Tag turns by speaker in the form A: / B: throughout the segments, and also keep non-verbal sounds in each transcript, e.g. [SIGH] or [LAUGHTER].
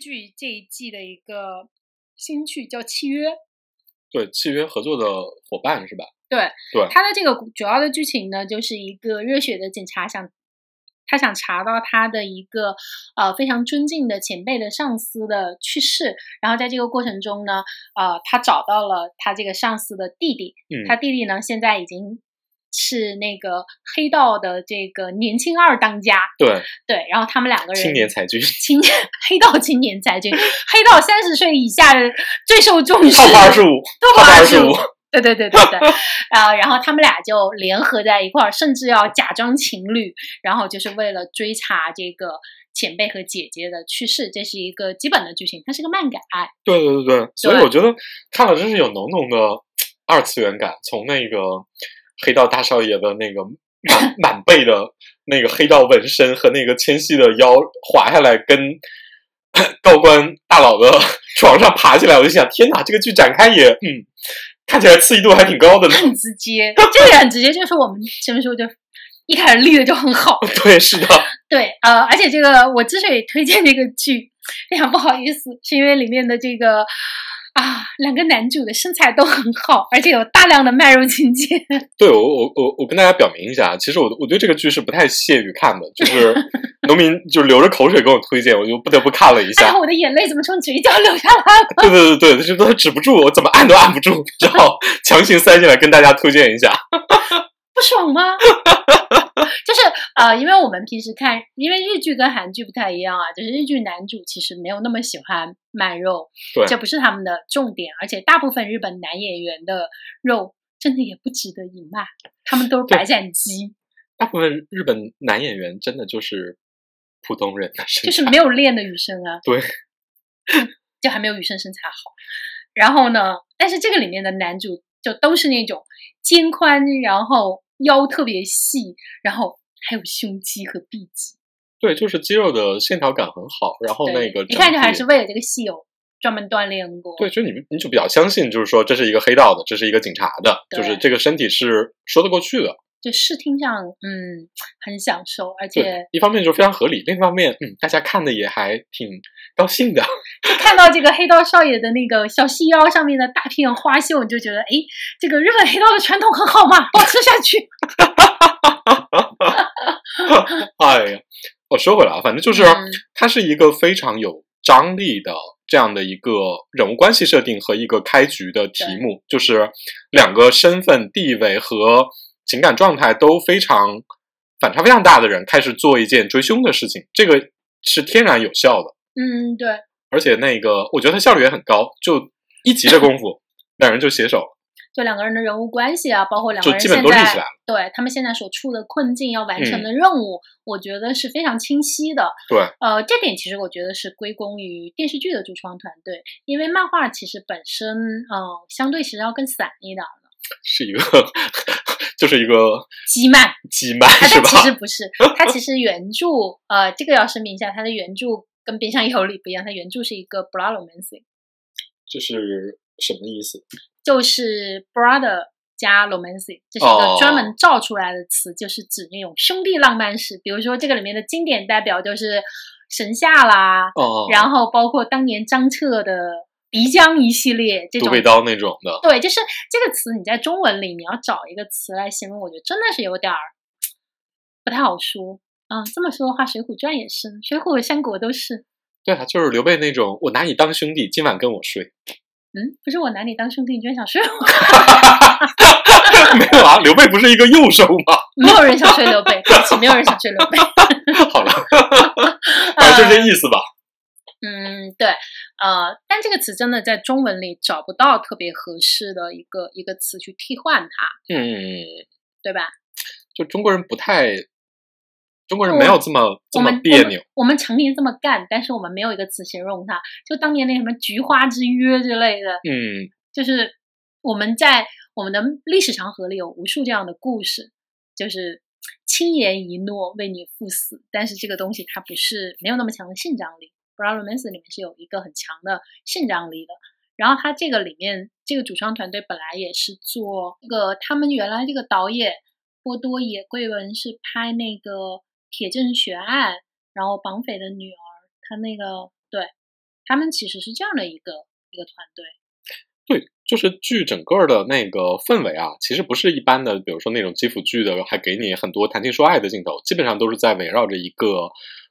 A: 剧这一季的一个新剧，叫《契约》。
B: 对，契约合作的伙伴是吧？
A: 对，
B: 对，
A: 它的这个主要的剧情呢，就是一个热血的警察想，他想查到他的一个呃非常尊敬的前辈的上司的去世，然后在这个过程中呢，呃，他找到了他这个上司的弟弟，
B: 嗯，
A: 他弟弟呢现在已经是那个黑道的这个年轻二当家，
B: 对，
A: 对，然后他们两个人
B: 青年才
A: [LAUGHS]
B: 俊，
A: 青年黑道青年才俊，黑道三十岁以下的最受重视
B: top 二十五
A: ，top
B: ，top
A: 二
B: 二
A: 十
B: 十
A: 五
B: 五，，
A: 对对对对对，呃，然后他们俩就联合在一块儿，甚至要假装情侣，然后就是为了追查这个前辈和姐姐的去世，这是一个基本的剧情，它是个漫改，
B: 对对对对，所以
A: 对
B: 我觉得看了真是有浓浓的二次元感，从那个黑道大少爷的那个满满背的那个黑道纹身和那个纤细的腰滑下来，跟 [COUGHS] 高官大佬的 [LAUGHS] 床上爬起来，我就想，天哪，这个剧展开也嗯，看起来刺激度还挺高的呢。 [LAUGHS]
A: 很直接，这个很直接，就是我们什么时候就一开始立的就很好，
B: 对，是的，
A: 对，呃，而且这个我之所以推荐这个剧，非常不好意思，是因为里面的这个啊，两个男主的身材都很好，而且有大量的卖肉情节。
B: 对我我我我跟大家表明一下，啊其实我我对这个剧是不太屑于看的，就是
A: [LAUGHS]
B: 农民就流着口水给我推荐，我就不得不看了一
A: 哎
B: 下
A: 呀，。我的眼泪怎么从嘴角流下来了？
B: 对对对对，这都止不住，我怎么按都按不住，只好强行塞进来跟大家推荐一下。
A: 不爽吗？ [LAUGHS] 就是呃，因为我们平时看，因为日剧跟韩剧不太一样啊，就是日剧男主其实没有那么喜欢卖肉，
B: 对
A: 这不是他们的重点，而且大部分日本男演员的肉真的也不值得一卖，他们都是白斩鸡。
B: 大部分日本男演员真的就是普通人的
A: 就
B: 身材，
A: 是没有练的雨生啊，
B: 对，
A: 就还没有雨生身材好。然后呢，但是这个里面的男主就都是那种肩宽，然后腰特别细，然后还有胸肌和臂肌，
B: 对，就是肌肉的线条感很好，然后哦那
A: 对
B: 个
A: 一
B: 整
A: 看就还
B: 体
A: 是为了这个戏有专门锻炼过。
B: 对，就你你就比较相信，就是说这是一个黑道的，这是一个警察的，就是
A: 对
B: 这个身体是说得过去的。
A: 就视听上，嗯，很享受，而
B: 对
A: 且，
B: 一方面就非常合理，另一方面，嗯，大家看的也还挺高兴的。
A: 就看到这个黑道少爷的那个小细腰上面的大片花袖，你就觉得，哎，这个日本黑道的传统很好嘛，保持下去。
B: 哎呀，我说回来啊，反正就是、
A: 嗯
B: 它是一个非常有张力的这样的一个人物关系设定和一个开局的题目，就是两个身份地位和情感状态都非常反差非常大的人开始做一件追凶的事情，这个是天然有效的，
A: 嗯，对，
B: 而且那个我觉得它效率也很高，就一集的功夫两人就携手了。
A: 就两个人的人物关系啊，包括两个
B: 就
A: 人
B: 基
A: 现在
B: 本都立起来了
A: 对他们现在所处的困境要完成的任务，我觉得是非常清晰的。
B: 对，
A: 呃，这点其实我觉得是归功于电视剧的主创团队，因为漫画其实本身，嗯、相对是要更散一点的，
B: 是一个 [LAUGHS] 就是一个
A: 激
B: [LAUGHS]
A: 漫。
B: 挤满
A: 啊
B: 是
A: 但
B: 吧
A: 其？实不是，它其实原著，呃，这个要声明一下，它的原著跟冰上有理不一样，它原著是一个 bra romancing，
B: [LAUGHS] 这是什么意思？
A: 就是 brother 加 romantic，这是一个
B: 哦
A: 专门造出来的词，就是指那种兄弟浪漫史。比如说这个里面的经典代表就是神夏啦，
B: 哦，
A: 然后包括当年张彻的《漓江》一系列这
B: 独
A: 种。
B: 背刀那种的，
A: 对，就是这个词，你在中文里你要找一个词来形容，我觉得真的是有点儿不太好说。嗯，这么说的话，《水浒传》也是，《水浒》《三国》都是。
B: 对啊，就是刘备那种，我拿你当兄弟，今晚跟我
A: [LAUGHS]
B: 睡。
A: 嗯，不是我拿你当兄弟，你居然想睡我？ [LAUGHS]
B: 没有啊，刘备不是一个右手吗？
A: 没有人想睡刘备，对不起，没有人想睡刘备。
B: 好
A: [LAUGHS]
B: 了，反正就
A: 呃
B: 这意思吧。
A: 嗯，对，呃，但这个词真的在中文里找不到特别合适的一个一个词去替换它，
B: 嗯，
A: 对吧？
B: 就中国人不太，中国人
A: 我
B: 没有这么这
A: 我
B: 么
A: 们
B: 别
A: 我
B: 扭。
A: 们，我们常年这么干，但是我们没有一个词形容它。就当年那什么“菊花之约”之类的，
B: 嗯，
A: 就是我们在我们的历史长河里有无数这样的故事，就是轻言一诺为你赴死，但是这个东西它不是没有那么强的性张力。b r o w n m a n s 里面是有一个很强的性张力的，然后它这个里面这个主创团队本来也是做那个，他们原来这个导演波多野贵文是拍那个《铁证悬案》，然后《绑匪的女儿》，他那个对他们其实是这样的一个一个团队。
B: 对，就是剧整个的那个氛围啊，其实不是一般的，比如说那种基辅剧的，还给你很多谈情说爱的镜头，基本上都是在围绕着一个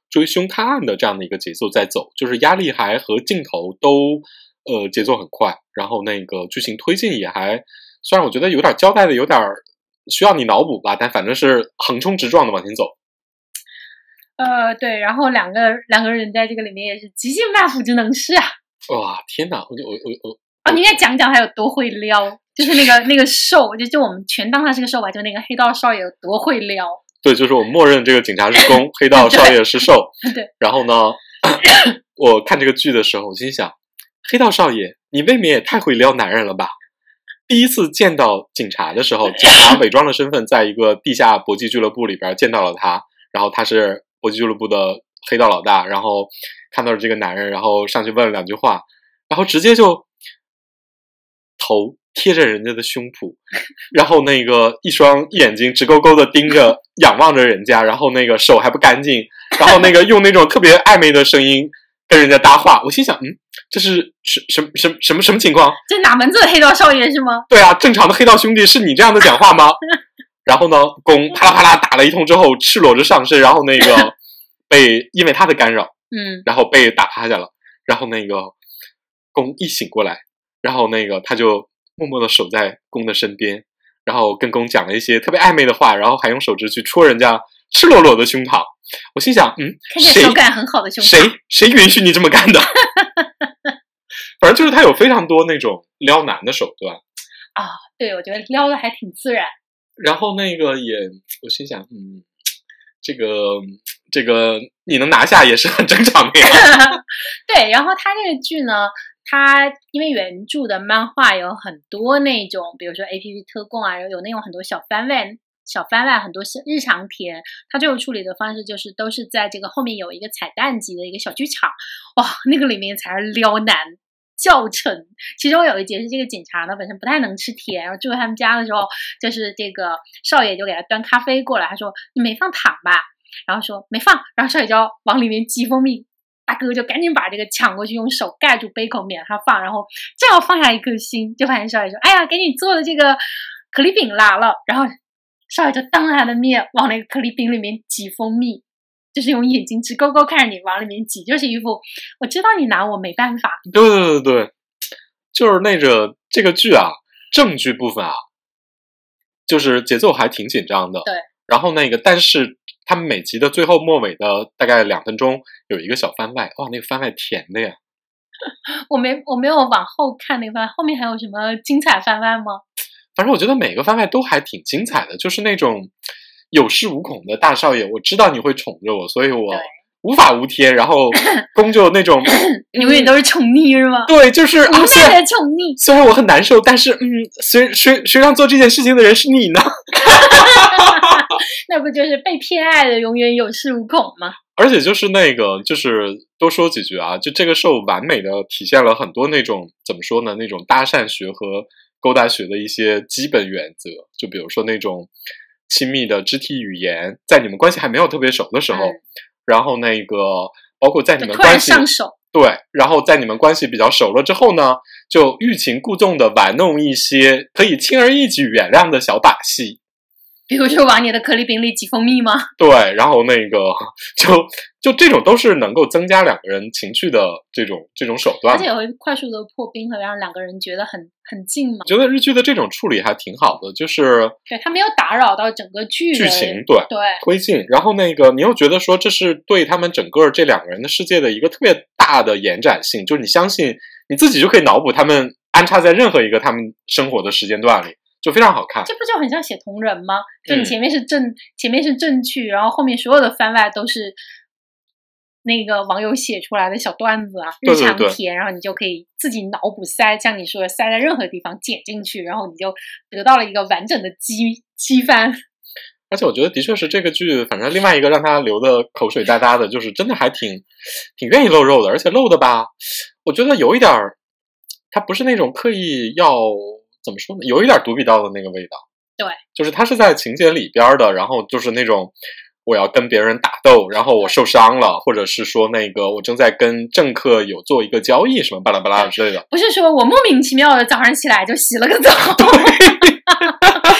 B: 追凶探案的这样的一个节奏在走，就是压力还和镜头都呃节奏很快，然后那个剧情推进也还，虽然我觉得有点交代的有点需要你脑补吧，但反正是横冲直撞的往前走。
A: 呃，对，然后两个两个人在这个里面也是极尽万夫之能施啊！
B: 哇，天哪！我就我我我
A: 哦，你应该讲讲他有多会撩，就是那个那个兽，就就我们全当他是个兽吧，就那个黑道少爷有多会撩。
B: 对，就是我默认这个警察是公，黑道少爷是受。
A: 对，
B: 然后呢，我看这个剧的时候，我心想，黑道少爷，你未免也太会撩男人了吧！第一次见到警察的时候，警察伪装的身份，在一个地下搏击俱乐部里边见到了他，然后他是搏击俱乐部的黑道老大，然后看到了这个男人，然后上去问了两句话，然后直接就头贴着人家的胸脯，然后那个一双眼睛直勾勾的盯着仰望着人家，然后那个手还不干净，然后那个用那种特别暧昧的声音跟人家搭话，我心想，嗯，这是什什么什么什么什么情况？
A: 这哪门子的黑道少爷是吗？
B: 对啊，正常的黑道兄弟是你这样的讲话吗？ [LAUGHS] 然后呢，公啪啦啪啦打了一通之后，赤裸着上身，然后那个被因为他的干扰，
A: 嗯，
B: 然后被打趴下了。然后那个公一醒过来，然后那个他就默默的守在公的身边，然后跟公讲了一些特别暧昧的话，然后还用手指去戳人家赤裸裸的胸膛。我心想，嗯，
A: 看起来手感很好的兄弟。
B: 谁谁允许你这么干的？ [LAUGHS] 反正就是他有非常多那种撩男的手段，
A: 啊，对，我觉得撩的还挺自然。
B: 然后那个也，我心想，嗯，这个这个你能拿下也是很正常的呀。
A: 对，然后他这个剧呢，它因为原著的漫画有很多那种，比如说 A P P 特供啊，有那种很多小番外、小番外很多是日常片，它这种处理的方式就是都是在这个后面有一个彩蛋级的一个小剧场，哇、那个里面才是撩男。教程，其中有一节是这个警察呢本身不太能吃甜，然后住在他们家的时候，就是这个少爷就给他端咖啡过来，他说你没放糖吧？然后说没放，然后少爷就要往里面挤蜂蜜，大哥就赶紧把这个抢过去，用手盖住杯口，免他放。然后正要放下一颗心，就发现少爷说：“哎呀，给你做的这个可丽饼啦了。”然后少爷就当着他的面往那个可丽饼里面挤蜂蜜，就是用眼睛直勾勾看着你往里面挤，就是一副我知道你拿我没办法。
B: 对对对对，就是那个这个剧啊，正剧部分啊，就是节奏还挺紧张的。
A: 对。
B: 然后那个，但是他们每集的最后末尾的大概两分钟有一个小番外，哇，那个番外甜的呀！
A: 我没我没有往后看那个番，后面还有什么精彩番外吗？
B: 嗯反正我觉得每个番外都还挺精彩的，就是那种有恃无恐的大少爷，我知道你会宠着我，所以我
A: 对
B: 无法无天。
A: [LAUGHS]
B: 然后公就那种，
A: 永远都是宠溺是吗？
B: 对，就是啊
A: 无
B: 虽
A: 限
B: 然
A: 的宠溺。
B: 虽然我很难受，但是嗯，谁谁谁让做这件事情的人是你呢？
A: 那不就是被偏爱的永远有恃无恐吗？
B: 而且就是那个，就是多说几句啊，就这个 show 完美的体现了很多那种怎么说呢，那种搭讪学和勾搭学的一些基本原则，就比如说那种亲密的肢体语言，在你们关系还没有特别熟的时候，
A: 嗯
B: 然后那个包括在你
A: 就
B: 们
A: 突然
B: 关系
A: 上手，
B: 对，然后在你们关系比较熟了之后呢，就欲擒故纵的玩弄一些可以轻而易举原谅的小把戏，
A: 比如说往你的可丽饼里挤蜂
B: [LAUGHS]
A: 蜜吗？
B: 对，然后那个就就这种都是能够增加两个人情趣的这种这种手段
A: 而且。也会快速的破冰和让两个人觉得很很近嘛。
B: 我觉得日剧的这种处理还挺好的，就是
A: 对他没有打扰到整个剧的
B: 剧情对
A: 对，
B: 推进，然后那个你又觉得说这是对他们整个这两个人的世界的一个特别大的延展性，就是你相信你自己就可以脑补他们安插在任何一个他们生活的时间段里，就非常好看。
A: 这不就很像写同人吗？就你
B: 嗯
A: 前面是正、前面是正剧，然后后面所有的番外都是那个网友写出来的小段子啊，
B: 对对
A: 日常
B: 对
A: 甜，然后你就可以自己脑补塞，像你说的塞在任何地方剪进去，然后你就得到了一个完整的机机番。
B: 而且我觉得的确是这个剧，反正另外一个让他流的口水哒哒的，就是真的还挺挺愿意露肉的，而且露的吧，我觉得有一点儿，他不是那种刻意要怎么说呢，有一点儿独笔刀的那个味道。
A: 对，
B: 就是他是在情节里边儿的，然后就是那种我要跟别人打斗，然后我受伤了，或者是说那个我正在跟政客有做一个交易什么巴拉巴拉之类的。
A: 不是说我莫名其妙的早上起来就洗了个澡，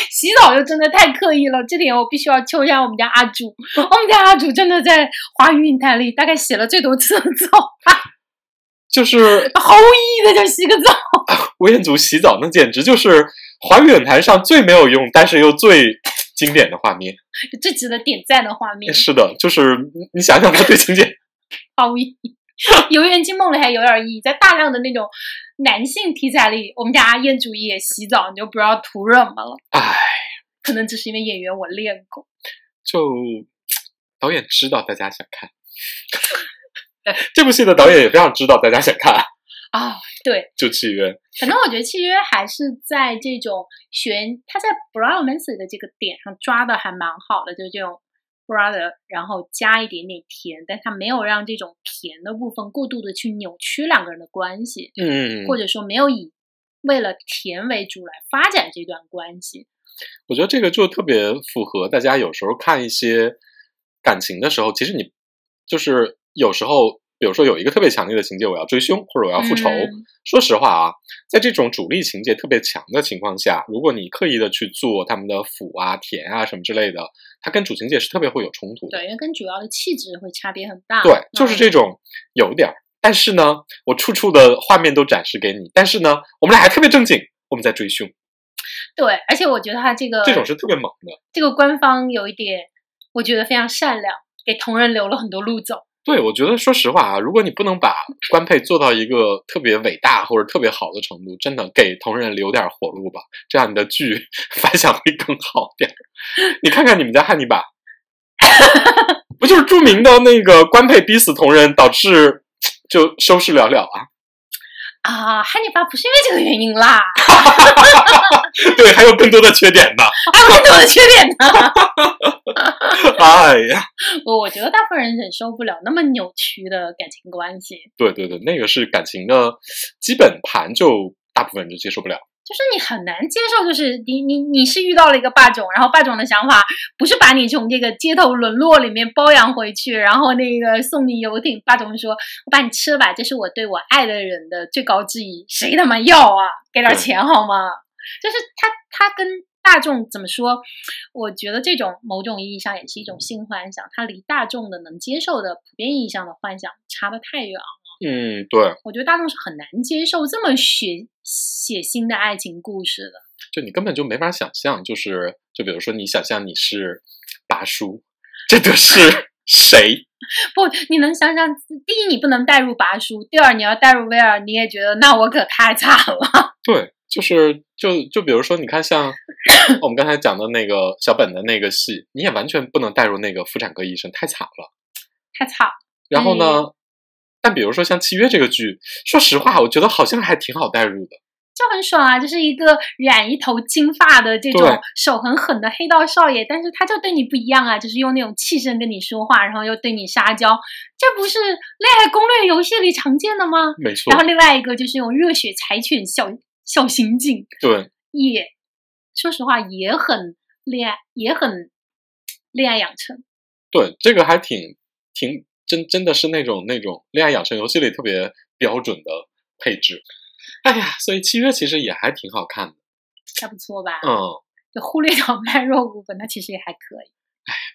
A: 洗澡就真的太刻意了。这点我必须要求一下我们家阿祖，我们家阿祖真的在华语影坛里大概洗了最多次的澡吧，
B: 就是
A: 毫无意义的就洗个澡。
B: 吴彦祖洗澡，那简直就是华语影坛上最没有用，但是又最经典的画面。哎
A: 最值得点赞的画面，
B: 是的，就是你你想想他最经典。
A: 毫无意义。游园惊梦里还有点意义，在大量的那种男性题材里，我们家彦祖也洗澡，你就不知道图什么了。
B: 唉，
A: 可能只是因为演员我练过，
B: 就导演知道大家想看，这部戏的导演也非常知道大家想看，
A: 啊、对，
B: 就契约。
A: 反正我觉得契约还是在这种悬，他在 Brown Mancy 的这个点上抓的还蛮好的，就是这种 brother，然后加一点点甜，但他没有让这种甜的部分过度的去扭曲两个人的关系，
B: 嗯，
A: 或者说没有以为了甜为主来发展这段关系。
B: 我觉得这个就特别符合大家有时候看一些感情的时候，其实你就是有时候，比如说有一个特别强烈的情节，我要追凶或者我要啊复仇。
A: 嗯
B: 说实话啊，在这种主力情节特别强的情况下，如果你刻意的去做他们的腐啊、甜啊什么之类的，它跟主情节是特别会有冲突的。
A: 对，因为跟主要的气质会差别很大。
B: 对，就是
A: 嗯
B: 这种有一点儿，但是呢，我处处的画面都展示给你，但是呢，我们俩还特别正经，我们在追凶，
A: 对，而且我觉得他这个
B: 这种是特别猛的。
A: 这个官方有一点，我觉得非常善良，给同人留了很多路走。
B: 对，我觉得说实话啊，如果你不能把官配做到一个特别伟大或者特别好的程度，真的给同人留点儿活路吧，这样你的剧 [LAUGHS] 反响会更好点儿。你看看你们家汉尼拔，不就是著名的那个官配逼死同人，导致就收视寥寥啊？ [LAUGHS]
A: 啊，汉尼拔不是因为这个原因啦， [LAUGHS]
B: 对，还有更多的缺点呢。
A: 还有更多的缺点呢。 [LAUGHS]
B: 哎呀，
A: 我我觉得大部分人忍受不了那么扭曲的感情关系，
B: 对对对，那个是感情的基本盘，就大部分人就接受不了。
A: 就是你很难接受，就是你你你是遇到了一个霸总，然后霸总的想法不是把你从这个街头沦落里面包养回去，然后那个送你游艇，霸总说我把你吃了吧，这是我对我爱的人的最高质疑，谁他妈要啊？给点
B: 对
A: 钱好吗？就是他他跟大众怎么说？我觉得这种某种意义上也是一种性幻想，它离大众的能接受的普遍意义上的幻想差得太远了。
B: 嗯，对，
A: 我觉得大众是很难接受这么血血腥的爱情故事的。
B: 就你根本就没法想象，就是就比如说你想象你是达叔，这个
A: [LAUGHS]
B: 是谁？
A: 不，你能想想，第一你不能代入拔叔，第二你要代入威尔，你也觉得那我可太惨了。
B: 对，就是就就比如说你
A: [LAUGHS]
B: 看像我们刚才讲的那个小本的那个戏，你也完全不能带入那个妇产科医生，太惨了。
A: 太惨了，
B: 然后呢，
A: 嗯
B: 但比如说像《契约》这个剧，说实话，我觉得好像还挺好带入的。
A: 就很爽啊！就是一个染一头金发的这种
B: 对
A: 手很狠的黑道少爷，但是他就对你不一样啊，就是用那种气声跟你说话，然后又对你撒娇，这不是恋爱攻略游戏里常见的吗？
B: 没错
A: 然，后另外一个就是用热血柴犬小小刑警，
B: 对
A: 也说实话也很恋爱，也很恋爱养成。
B: 对，这个还挺挺真真的是那种那种恋爱养成游戏里特别标准的配置。哎呀，所以《契约》其实也还挺好看的。
A: 还不错吧？
B: 嗯，
A: 就忽略掉 [LAUGHS] 卖肉部分，它其实也还可以。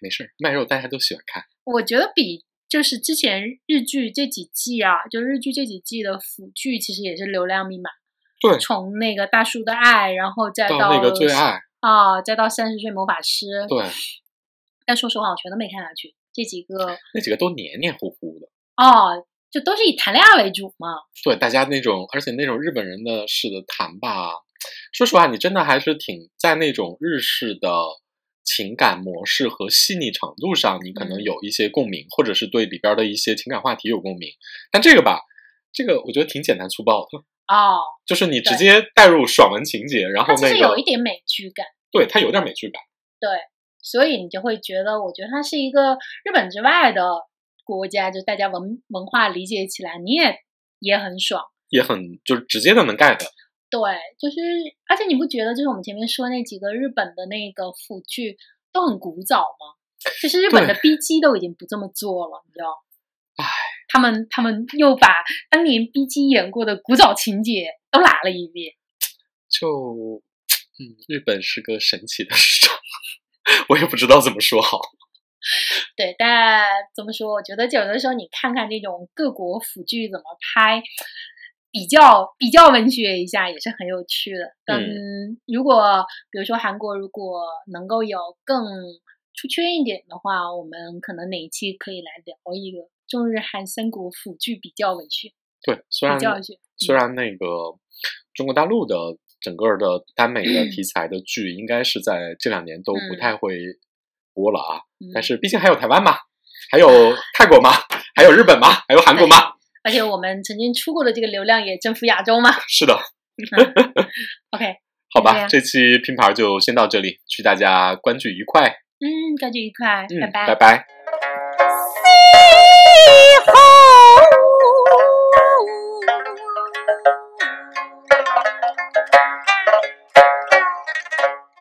B: 没事，儿，卖肉大家都喜欢看。
A: 我觉得比就是之前日剧这几季啊，就日剧这几季的腐剧，其实也是流量密码。
B: 对
A: 从那个大叔的爱，然后再
B: 到那个最爱，
A: 啊、再到三十岁魔法师。
B: 对，
A: 但说实话，我全都没看下去。这几个
B: 那几个都黏黏糊糊的。
A: 哦，就都是以谈恋爱为主嘛。
B: 对，大家那种，而且那种日本人的式的谈吧，说实话，你真的还是挺在那种日式的情感模式和细腻程度上，你可能
A: 嗯
B: 有一些共鸣，或者是对里边儿的一些情感话题有共鸣。但这个吧，这个我觉得挺简单粗暴的，
A: 哦，
B: 就是你直
A: 对
B: 接带入爽文情节，然后
A: 它其
B: 那
A: 实有
B: 个
A: 一，点美剧感。
B: 对，它有点美剧感。
A: 所以你就会觉得，我觉得它是一个日本之外的国家，就是大家文文化理解起来，你也也很爽。
B: 也很就是直接的能 get，
A: 对，就是而且你不觉得，就是我们前面说那几个日本的那个腐剧都很古早吗？就是日本的 B G 都已经不这么做了，你知道？
B: 唉，
A: 他们他们又把当年 B G 演过的古早情节都拿了一遍。
B: 就嗯，日本是个神奇的市场， [LAUGHS] 我也不知道怎么说好。
A: 对，但怎么说？我觉得有的时候你看看这种各国腐剧怎么拍，比较比较文学一下也是很有趣的。嗯，如果比如说韩国如果能够有更出圈一点的话，我们可能哪一期可以来聊一个中日韩三国腐剧比较文学，
B: 对，虽然
A: 比较学。
B: 虽然那个中国大陆的整个的耽美的
A: 嗯
B: 题材的剧，应该是在这两年都不太会播了啊。
A: 嗯
B: 但是毕竟还有台湾嘛，还有泰国嘛，还有日本嘛，还有韩国嘛。
A: 而且我们曾经出过的这个流量也征服亚洲嘛。
B: 是的，
A: OK，
B: 好
A: 对
B: 吧，
A: 呀
B: 这期拼盘就先到这里，祝大家关注愉快。
A: 嗯，感觉愉快，
B: 嗯，
A: 拜
B: 拜拜